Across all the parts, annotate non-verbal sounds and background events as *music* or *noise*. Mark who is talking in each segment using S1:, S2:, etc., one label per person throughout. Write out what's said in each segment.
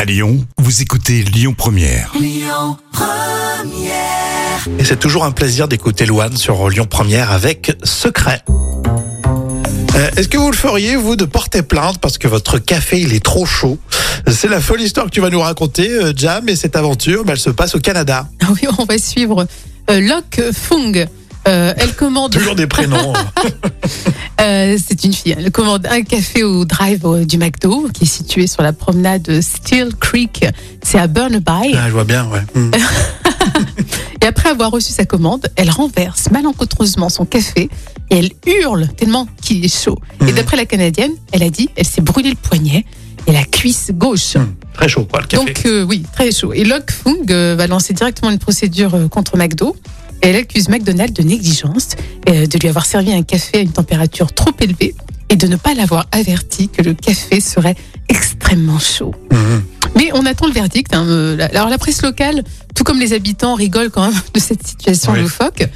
S1: À Lyon, vous écoutez Lyon Première.
S2: Et c'est toujours un plaisir d'écouter Loane sur Lyon Première avec Secret. Euh, Est-ce que vous le feriez, vous, de porter plainte parce que votre café, il est trop chaud C'est la folle histoire que tu vas nous raconter, euh, Jam, et cette aventure, bah, elle se passe au Canada.
S3: Ah Oui, on va suivre euh, Lok Fung. Euh, elle commande,
S2: Toujours des *laughs* prénoms.
S3: euh, c'est une fille, elle commande un café au drive euh, du McDo qui est situé sur la promenade Steel Creek. C'est à Burnaby.
S2: Ah, je vois bien, ouais. Hmm.
S3: Et après avoir reçu sa commande, elle renverse malencontreusement son café et elle hurle tellement qu'il est chaud. Et
S2: Mhm.
S3: d'après la Canadienne, elle a dit, elle s'est brûlé le poignet et la cuisse gauche.
S2: Hmm. *laughs* Très chaud, quoi, le café.
S3: Donc euh, oui, très chaud. Et Lok Fung euh, va lancer directement une procédure euh, contre McDo. Et elle accuse McDonald's de négligence, euh, de lui avoir servi un café à une température trop élevée et de ne pas l'avoir averti que le café serait extrêmement chaud.
S2: Mhm.
S3: Mais on attend le verdict. hein, euh, la- Alors la presse locale, tout comme les habitants, rigolent quand même *laughs* de cette situation
S2: Oui. *laughs*
S3: loufoque.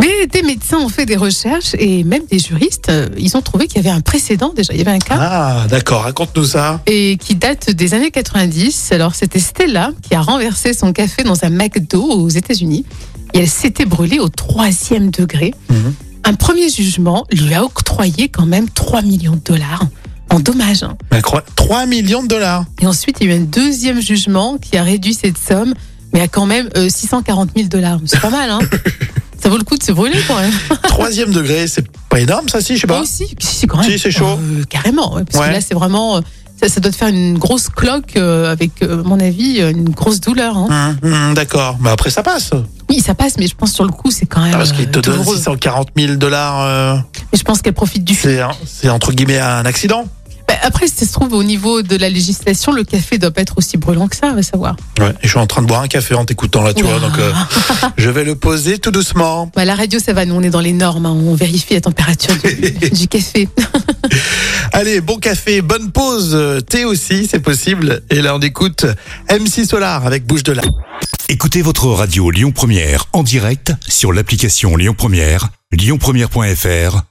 S3: Mais des médecins ont fait des recherches et même des juristes, euh, ils ont trouvé qu'il y avait un précédent déjà. Il y avait un cas
S2: Ah, d'accord, raconte-nous ça.
S3: et qui date des années 90. Alors c'était Stella qui a renversé son café dans un McDo aux États-Unis et elle s'était brûlée au troisième degré.
S2: Mhm.
S3: Un premier jugement lui a octroyé quand même 3 millions de dollars en dommages. hein.
S2: Incroyable. 3 millions de dollars.
S3: Et ensuite il y a eu un deuxième jugement qui a réduit cette somme, mais à quand même euh, 640 000 dollars. C'est pas mal, hein Ça vaut le coup de se brûler hein. quand même.
S2: *laughs* Troisième degré, c'est pas énorme, ça, si, je sais pas.
S3: Oh, si, si, si, quand même.
S2: Bah. Si, c'est chaud.
S3: Euh, carrément, ouais, parce
S2: Ouais.
S3: que là, c'est vraiment. euh, Ça, ça doit te faire une grosse cloque euh, avec, euh, à mon avis, euh, une grosse douleur. hein.
S2: Hmm, hmm, d'accord, mais après, ça passe.
S3: Oui, ça passe, mais je pense sur le coup, c'est quand même.
S2: Ah, parce qu'il
S3: euh,
S2: te donne
S3: douloureux.
S2: 640 000 dollars. euh,
S3: Mais je pense qu'elle profite du.
S2: c'est un- c'est entre guillemets un accident.
S3: Bah, après, si ça se trouve, au niveau de la législation, le café doit pas être aussi brûlant que ça, on va savoir.
S2: Ouais, et je suis en train de boire un café en t'écoutant là, tu vois.
S3: Ouah.
S2: Donc, euh, je vais le poser tout doucement.
S3: Bah, la radio, ça va, nous, on est dans les normes, hein, on vérifie la température
S2: *laughs*
S3: du, du café.
S2: Allez, bon café, bonne pause. euh, Thé aussi, c'est possible. Et là, on écoute MC Solar avec Bouche de la.
S1: Écoutez votre radio Lyon Première en direct sur l'application Lyon Première, lyonpremière.fr